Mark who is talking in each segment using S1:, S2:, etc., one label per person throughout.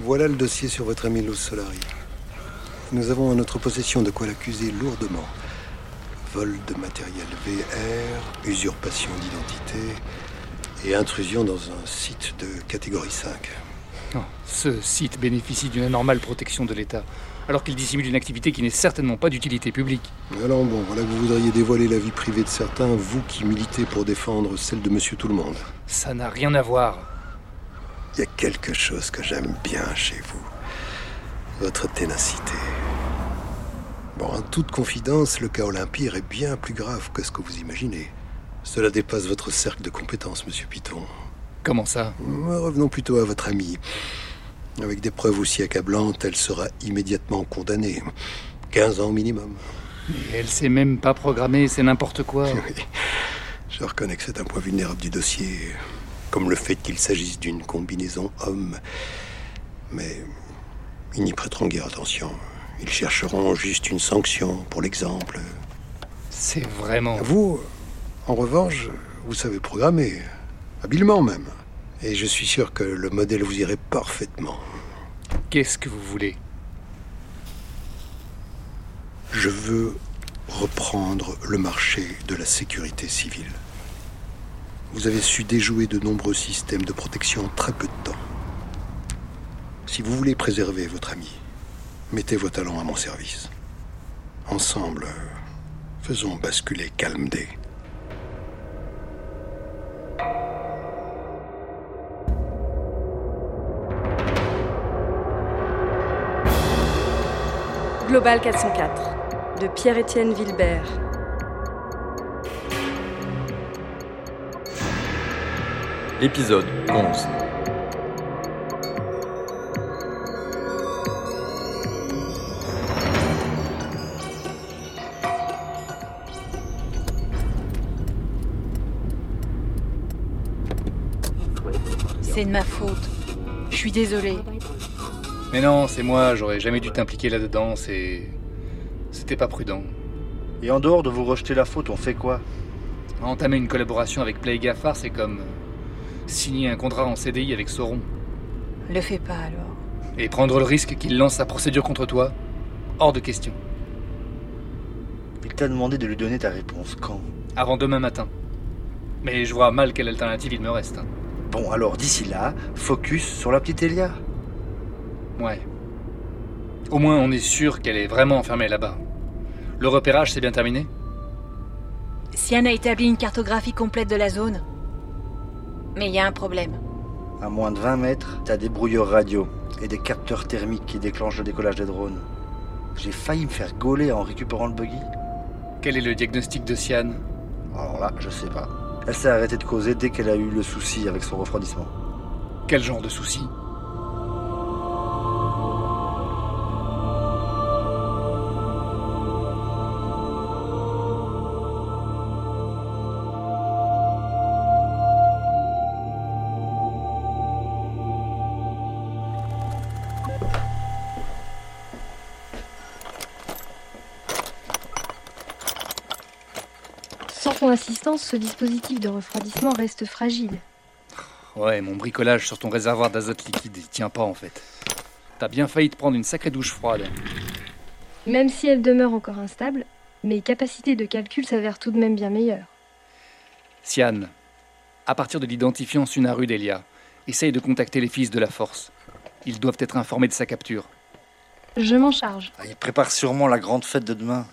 S1: Voilà le dossier sur votre ami Luz Solari. Nous avons en notre possession de quoi l'accuser lourdement. Vol de matériel VR, usurpation d'identité et intrusion dans un site de catégorie 5.
S2: Non, ce site bénéficie d'une anormale protection de l'État, alors qu'il dissimule une activité qui n'est certainement pas d'utilité publique.
S1: Alors bon, voilà que vous voudriez dévoiler la vie privée de certains, vous qui militez pour défendre celle de Monsieur Tout le Monde.
S2: Ça n'a rien à voir.
S1: Il y a quelque chose que j'aime bien chez vous. Votre ténacité. Bon, en toute confidence, le cas Olympire est bien plus grave que ce que vous imaginez. Cela dépasse votre cercle de compétences, Monsieur Piton.
S2: Comment ça
S1: Mais Revenons plutôt à votre ami. Avec des preuves aussi accablantes, elle sera immédiatement condamnée. 15 ans au minimum.
S2: Et Elle sait même pas programmer, c'est n'importe quoi.
S1: Oui. Je reconnais que c'est un point vulnérable du dossier, comme le fait qu'il s'agisse d'une combinaison homme. Mais ils n'y prêteront guère attention. Ils chercheront juste une sanction pour l'exemple.
S2: C'est vraiment.
S1: Vous, en revanche, vous savez programmer, habilement même. Et je suis sûr que le modèle vous irait parfaitement.
S2: Qu'est-ce que vous voulez
S1: Je veux reprendre le marché de la sécurité civile. Vous avez su déjouer de nombreux systèmes de protection en très peu de temps. Si vous voulez préserver votre ami, mettez vos talents à mon service. Ensemble, faisons basculer Calm Day.
S3: Global 404 de Pierre-Étienne Vilbert.
S4: Épisode 11.
S5: C'est de ma faute. Je suis désolée.
S2: Mais non, c'est moi, j'aurais jamais dû t'impliquer là-dedans, c'est. C'était pas prudent.
S6: Et en dehors de vous rejeter la faute, on fait quoi
S2: Entamer une collaboration avec Play Gaffard, c'est comme. euh, signer un contrat en CDI avec Sauron.
S5: Le fais pas alors.
S2: Et prendre le risque qu'il lance sa procédure contre toi Hors de question.
S6: Il t'a demandé de lui donner ta réponse quand
S2: Avant demain matin. Mais je vois mal quelle alternative il me reste. hein.
S6: Bon, alors d'ici là, focus sur la petite Elia.
S2: Ouais. Au moins, on est sûr qu'elle est vraiment enfermée là-bas. Le repérage s'est bien terminé
S5: Sian a établi une cartographie complète de la zone. Mais il y a un problème.
S6: À moins de 20 mètres, t'as des brouilleurs radio et des capteurs thermiques qui déclenchent le décollage des drones. J'ai failli me faire gauler en récupérant le buggy.
S2: Quel est le diagnostic de Sian
S6: Alors là, je sais pas. Elle s'est arrêtée de causer dès qu'elle a eu le souci avec son refroidissement.
S2: Quel genre de souci
S7: Sans ton assistance, ce dispositif de refroidissement reste fragile.
S2: Ouais, mon bricolage sur ton réservoir d'azote liquide, il tient pas en fait. T'as bien failli te prendre une sacrée douche froide.
S7: Même si elle demeure encore instable, mes capacités de calcul s'avèrent tout de même bien meilleures.
S2: Sian, à partir de l'identifiant Sunaru d'Elia, essaye de contacter les fils de la Force. Ils doivent être informés de sa capture.
S7: Je m'en charge.
S6: Ah, Il prépare sûrement la grande fête de demain.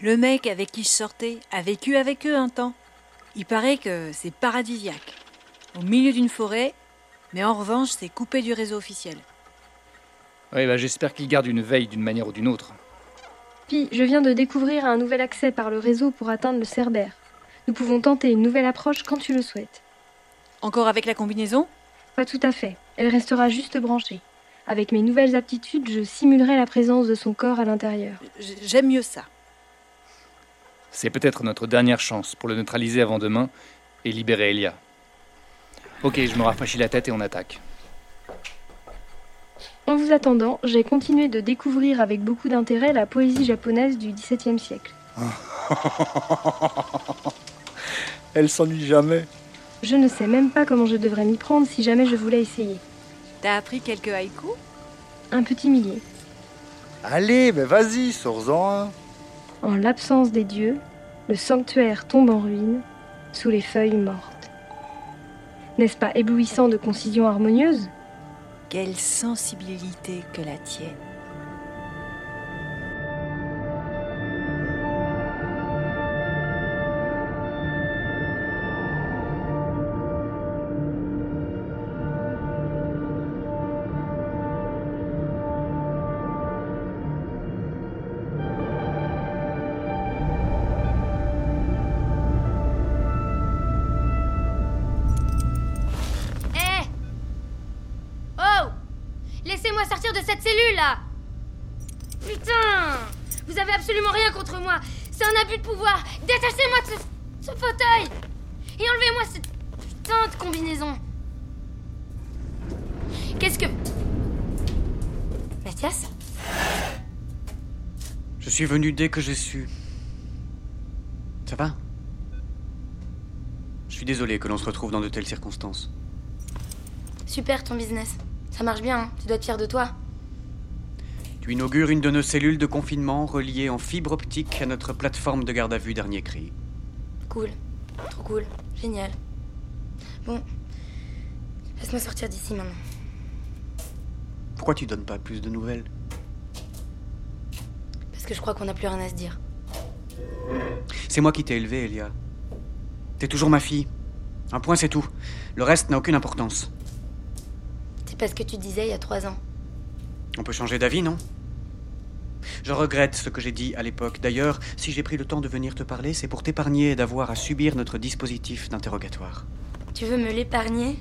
S5: Le mec avec qui je sortais a vécu avec eux un temps. Il paraît que c'est paradisiaque. Au milieu d'une forêt, mais en revanche, c'est coupé du réseau officiel.
S2: Ouais, bah j'espère qu'ils gardent une veille d'une manière ou d'une autre.
S7: Puis, je viens de découvrir un nouvel accès par le réseau pour atteindre le Cerbère. Nous pouvons tenter une nouvelle approche quand tu le souhaites.
S5: Encore avec la combinaison
S7: Pas tout à fait, elle restera juste branchée. Avec mes nouvelles aptitudes, je simulerai la présence de son corps à l'intérieur.
S5: J- J'aime mieux ça.
S2: C'est peut-être notre dernière chance pour le neutraliser avant demain et libérer Elia. Ok, je me rafraîchis la tête et on attaque.
S7: En vous attendant, j'ai continué de découvrir avec beaucoup d'intérêt la poésie japonaise du XVIIe siècle.
S6: Elle s'ennuie jamais.
S7: Je ne sais même pas comment je devrais m'y prendre si jamais je voulais essayer.
S5: T'as appris quelques haïkus
S7: Un petit millier.
S6: Allez, ben vas-y, sors-en un.
S7: En l'absence des dieux, le sanctuaire tombe en ruine sous les feuilles mortes. N'est-ce pas éblouissant de concision harmonieuse
S5: Quelle sensibilité que la tienne.
S8: Eh Oh Laissez-moi sortir de cette cellule là Putain Vous avez absolument rien contre moi C'est un abus de pouvoir Détachez-moi de ce, ce fauteuil Et enlevez-moi cette putain de combinaison Qu'est-ce que. Mathias
S9: Je suis venu dès que j'ai su. Ça va Je suis désolé que l'on se retrouve dans de telles circonstances.
S8: Super ton business. Ça marche bien, hein. tu dois être fier de toi.
S9: Tu inaugures une de nos cellules de confinement reliée en fibre optique à notre plateforme de garde à vue dernier cri.
S8: Cool. Trop cool. Génial. Bon. Laisse-moi sortir d'ici maintenant.
S9: Pourquoi tu donnes pas plus de nouvelles
S8: Parce que je crois qu'on n'a plus rien à se dire.
S9: C'est moi qui t'ai élevée, Elia. T'es toujours ma fille. Un point, c'est tout. Le reste n'a aucune importance.
S8: C'est pas ce que tu disais il y a trois ans.
S9: On peut changer d'avis, non Je regrette ce que j'ai dit à l'époque. D'ailleurs, si j'ai pris le temps de venir te parler, c'est pour t'épargner d'avoir à subir notre dispositif d'interrogatoire.
S8: Tu veux me l'épargner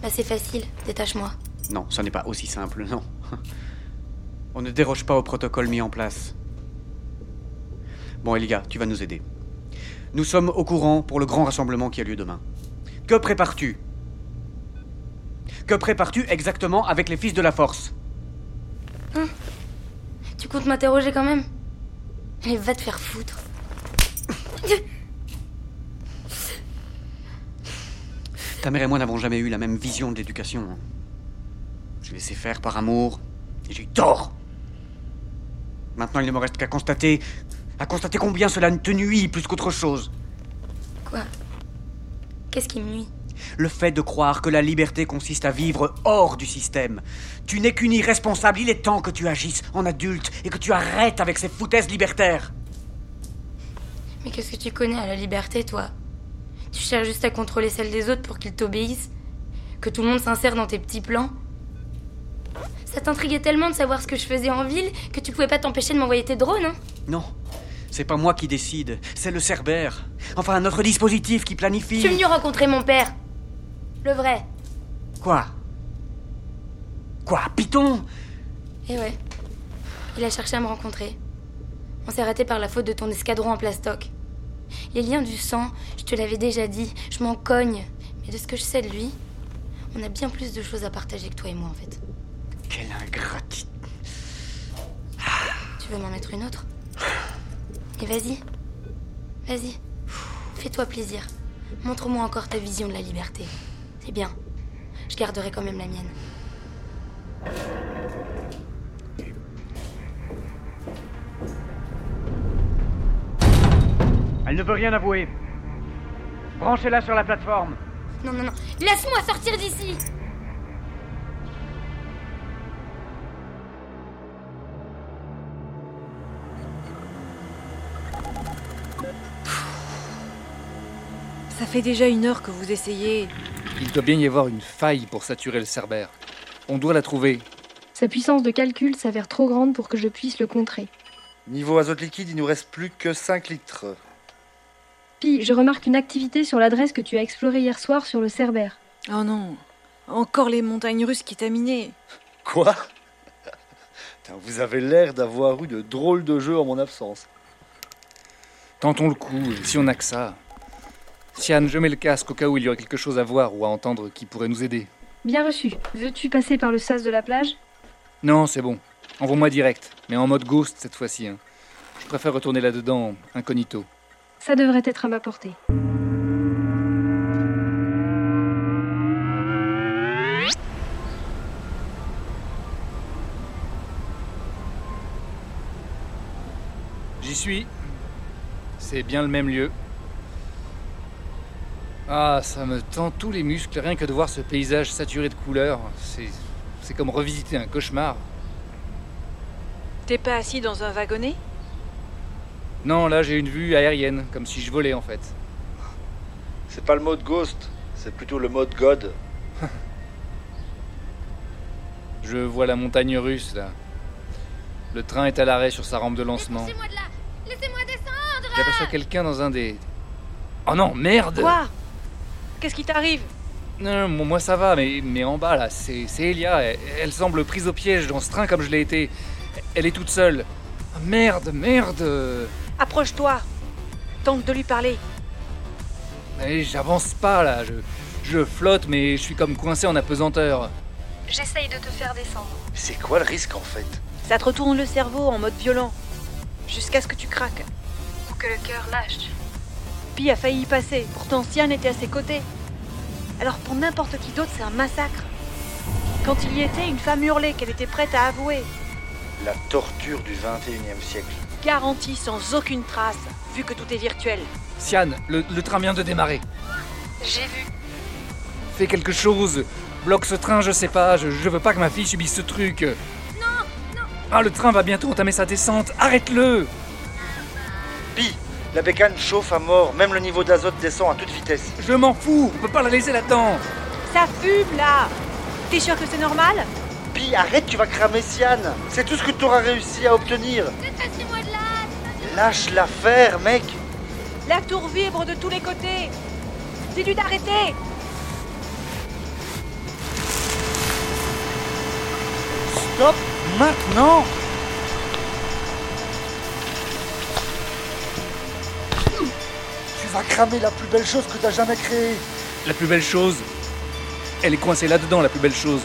S8: Bah c'est facile, détache-moi.
S9: Non, ce n'est pas aussi simple, non. On ne déroge pas au protocole mis en place. Bon, Elia, tu vas nous aider. Nous sommes au courant pour le grand rassemblement qui a lieu demain. Que prépares-tu Que prépares-tu exactement avec les fils de la force
S8: Hein Tu comptes m'interroger quand même Allez, va te faire foutre.
S9: Ta mère et moi n'avons jamais eu la même vision de l'éducation. hein. Je l'ai laissé faire par amour, et j'ai eu tort. Maintenant, il ne me reste qu'à constater, à constater combien cela ne te nuit plus qu'autre chose.
S8: Quoi Qu'est-ce qui me nuit
S9: Le fait de croire que la liberté consiste à vivre hors du système. Tu n'es qu'une irresponsable, il est temps que tu agisses en adulte et que tu arrêtes avec ces foutaises libertaires.
S8: Mais qu'est-ce que tu connais à la liberté, toi Tu cherches juste à contrôler celle des autres pour qu'ils t'obéissent Que tout le monde s'insère dans tes petits plans Ça t'intriguait tellement de savoir ce que je faisais en ville que tu pouvais pas t'empêcher de m'envoyer tes drones, hein
S9: Non, c'est pas moi qui décide, c'est le Cerbère. Enfin, notre dispositif
S8: Je
S9: qui
S8: suis
S9: planifie.
S8: venue rencontrer mon père. Le vrai.
S9: Quoi Quoi Python
S8: Eh ouais. Il a cherché à me rencontrer. On s'est raté par la faute de ton escadron en plastoc. Les liens du sang, je te l'avais déjà dit, je m'en cogne. Mais de ce que je sais de lui, on a bien plus de choses à partager que toi et moi en fait.
S9: Quelle ingratitude.
S8: Tu veux m'en mettre une autre Mais vas-y. Vas-y. Fais-toi plaisir. Montre-moi encore ta vision de la liberté. C'est bien. Je garderai quand même la mienne.
S9: Elle ne veut rien avouer. Branchez-la sur la plateforme.
S8: Non, non, non. Laisse-moi sortir d'ici
S5: Ça fait déjà une heure que vous essayez.
S2: Il doit bien y avoir une faille pour saturer le Cerbère. On doit la trouver.
S7: Sa puissance de calcul s'avère trop grande pour que je puisse le contrer.
S6: Niveau azote liquide, il nous reste plus que 5 litres.
S7: Pi, je remarque une activité sur l'adresse que tu as explorée hier soir sur le Cerbère.
S5: Oh non Encore les montagnes russes qui t'a miné
S6: Quoi Putain, Vous avez l'air d'avoir eu de drôles de jeux en mon absence.
S2: Tentons le coup, et si on a que ça. Sian, je mets le casque au cas où il y aurait quelque chose à voir ou à entendre qui pourrait nous aider.
S7: Bien reçu. Veux-tu passer par le sas de la plage
S2: Non, c'est bon. Envoie-moi direct, mais en mode ghost cette fois-ci. hein. Je préfère retourner là-dedans incognito.
S7: Ça devrait être à ma portée.
S2: suis. C'est bien le même lieu. Ah, ça me tend tous les muscles, rien que de voir ce paysage saturé de couleurs. C'est, c'est comme revisiter un cauchemar.
S5: T'es pas assis dans un wagonnet
S2: Non, là j'ai une vue aérienne, comme si je volais en fait.
S6: C'est pas le mot de ghost, c'est plutôt le mot de god.
S2: Je vois la montagne russe là. Le train est à l'arrêt sur sa rampe de lancement.
S8: Poussez-moi de là Laissez-moi descendre
S2: J'aperçois quelqu'un dans un des. Oh non, merde
S5: Quoi Qu'est-ce qui t'arrive
S2: Non, non, moi ça va, mais, mais en bas là, c'est c'est Elia. Elle, elle semble prise au piège dans ce train comme je l'ai été. Elle est toute seule. Ah, Merde, merde
S5: Approche-toi Tente de lui parler.
S2: Allez, j'avance pas là. Je, je flotte, mais je suis comme coincé en apesanteur.
S7: J'essaye de te faire descendre.
S6: C'est quoi le risque en fait
S5: Ça te retourne le cerveau en mode violent, jusqu'à ce que tu craques.
S7: Ou que le cœur lâche.
S5: Pi a failli y passer, pourtant Sian était à ses côtés. Alors pour n'importe qui d'autre, c'est un massacre. Quand il y était, une femme hurlait qu'elle était prête à avouer,
S6: La torture du 21e siècle.
S5: garantie sans aucune trace, vu que tout est virtuel.
S2: Sian, le, le train vient de démarrer.
S7: J'ai vu.
S2: Fais quelque chose. Bloque ce train, je sais pas. Je, je veux pas que ma fille subisse ce truc. Non, non. Ah, le train va bientôt entamer sa descente. Arrête-le.
S6: Pi, la bécane chauffe à mort, même le niveau d'azote descend à toute vitesse.
S2: Je m'en fous. On peut pas la laisser là-dedans.
S5: Ça fume là T'es sûr que c'est normal
S6: Pi, arrête, tu vas cramer Sian C'est tout ce que t'auras réussi à obtenir
S8: Détachez-moi de là
S6: Lâche l'affaire, mec
S5: La tour vibre de tous les côtés Dis-lui d'arrêter
S6: Stop maintenant Tu vas cramer la plus belle chose que t'as jamais créée
S2: La plus belle chose. Elle est coincée là-dedans, la plus belle chose.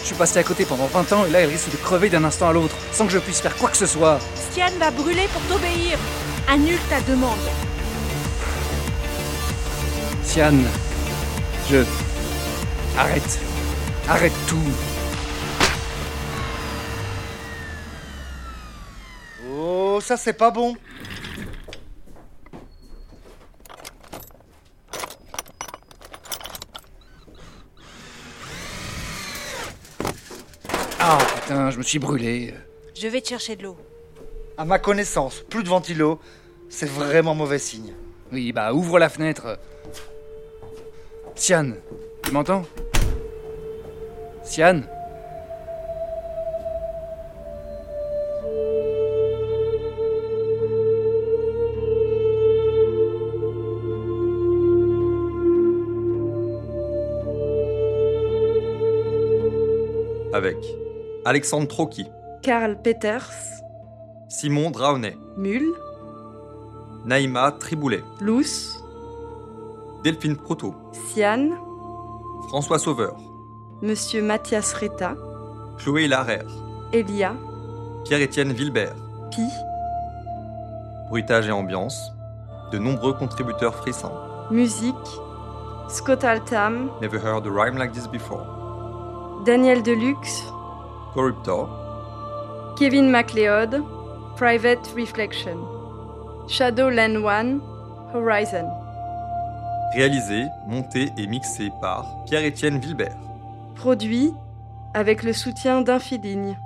S2: Je suis passé à côté pendant 20 ans et là, elle risque de crever d'un instant à l'autre, sans que je puisse faire quoi que ce soit.
S5: Stian va brûler pour t'obéir Annule ta demande
S2: Sian, je. Arrête. Arrête tout.
S6: Oh, ça c'est pas bon
S2: Ah putain, je me suis brûlé.
S5: Je vais te chercher de l'eau.
S6: À ma connaissance, plus de ventilo, c'est vraiment mauvais signe.
S2: Oui, bah ouvre la fenêtre. Sian, tu m'entends Sian
S4: avec Alexandre Troki,
S3: Karl Peters,
S4: Simon Draunet,
S3: Mule,
S4: Naïma Triboulet,
S3: Luce,
S4: Delphine Proto,
S3: Sian,
S4: François Sauveur,
S3: Monsieur Mathias Retta,
S4: Chloé Larère,
S3: Elia,
S4: Pierre-Étienne Vilbert,
S3: Pi,
S4: Bruitage et Ambiance, de nombreux contributeurs frissants,
S3: Musique, Scott Altam,
S4: Never Heard a Rhyme Like This Before,
S3: Daniel Deluxe,
S4: Corruptor,
S3: Kevin MacLeod, Private Reflection, Shadow Land One, Horizon,
S4: réalisé, monté et mixé par Pierre-Étienne Vilbert.
S3: produit avec le soutien d'Infiligne.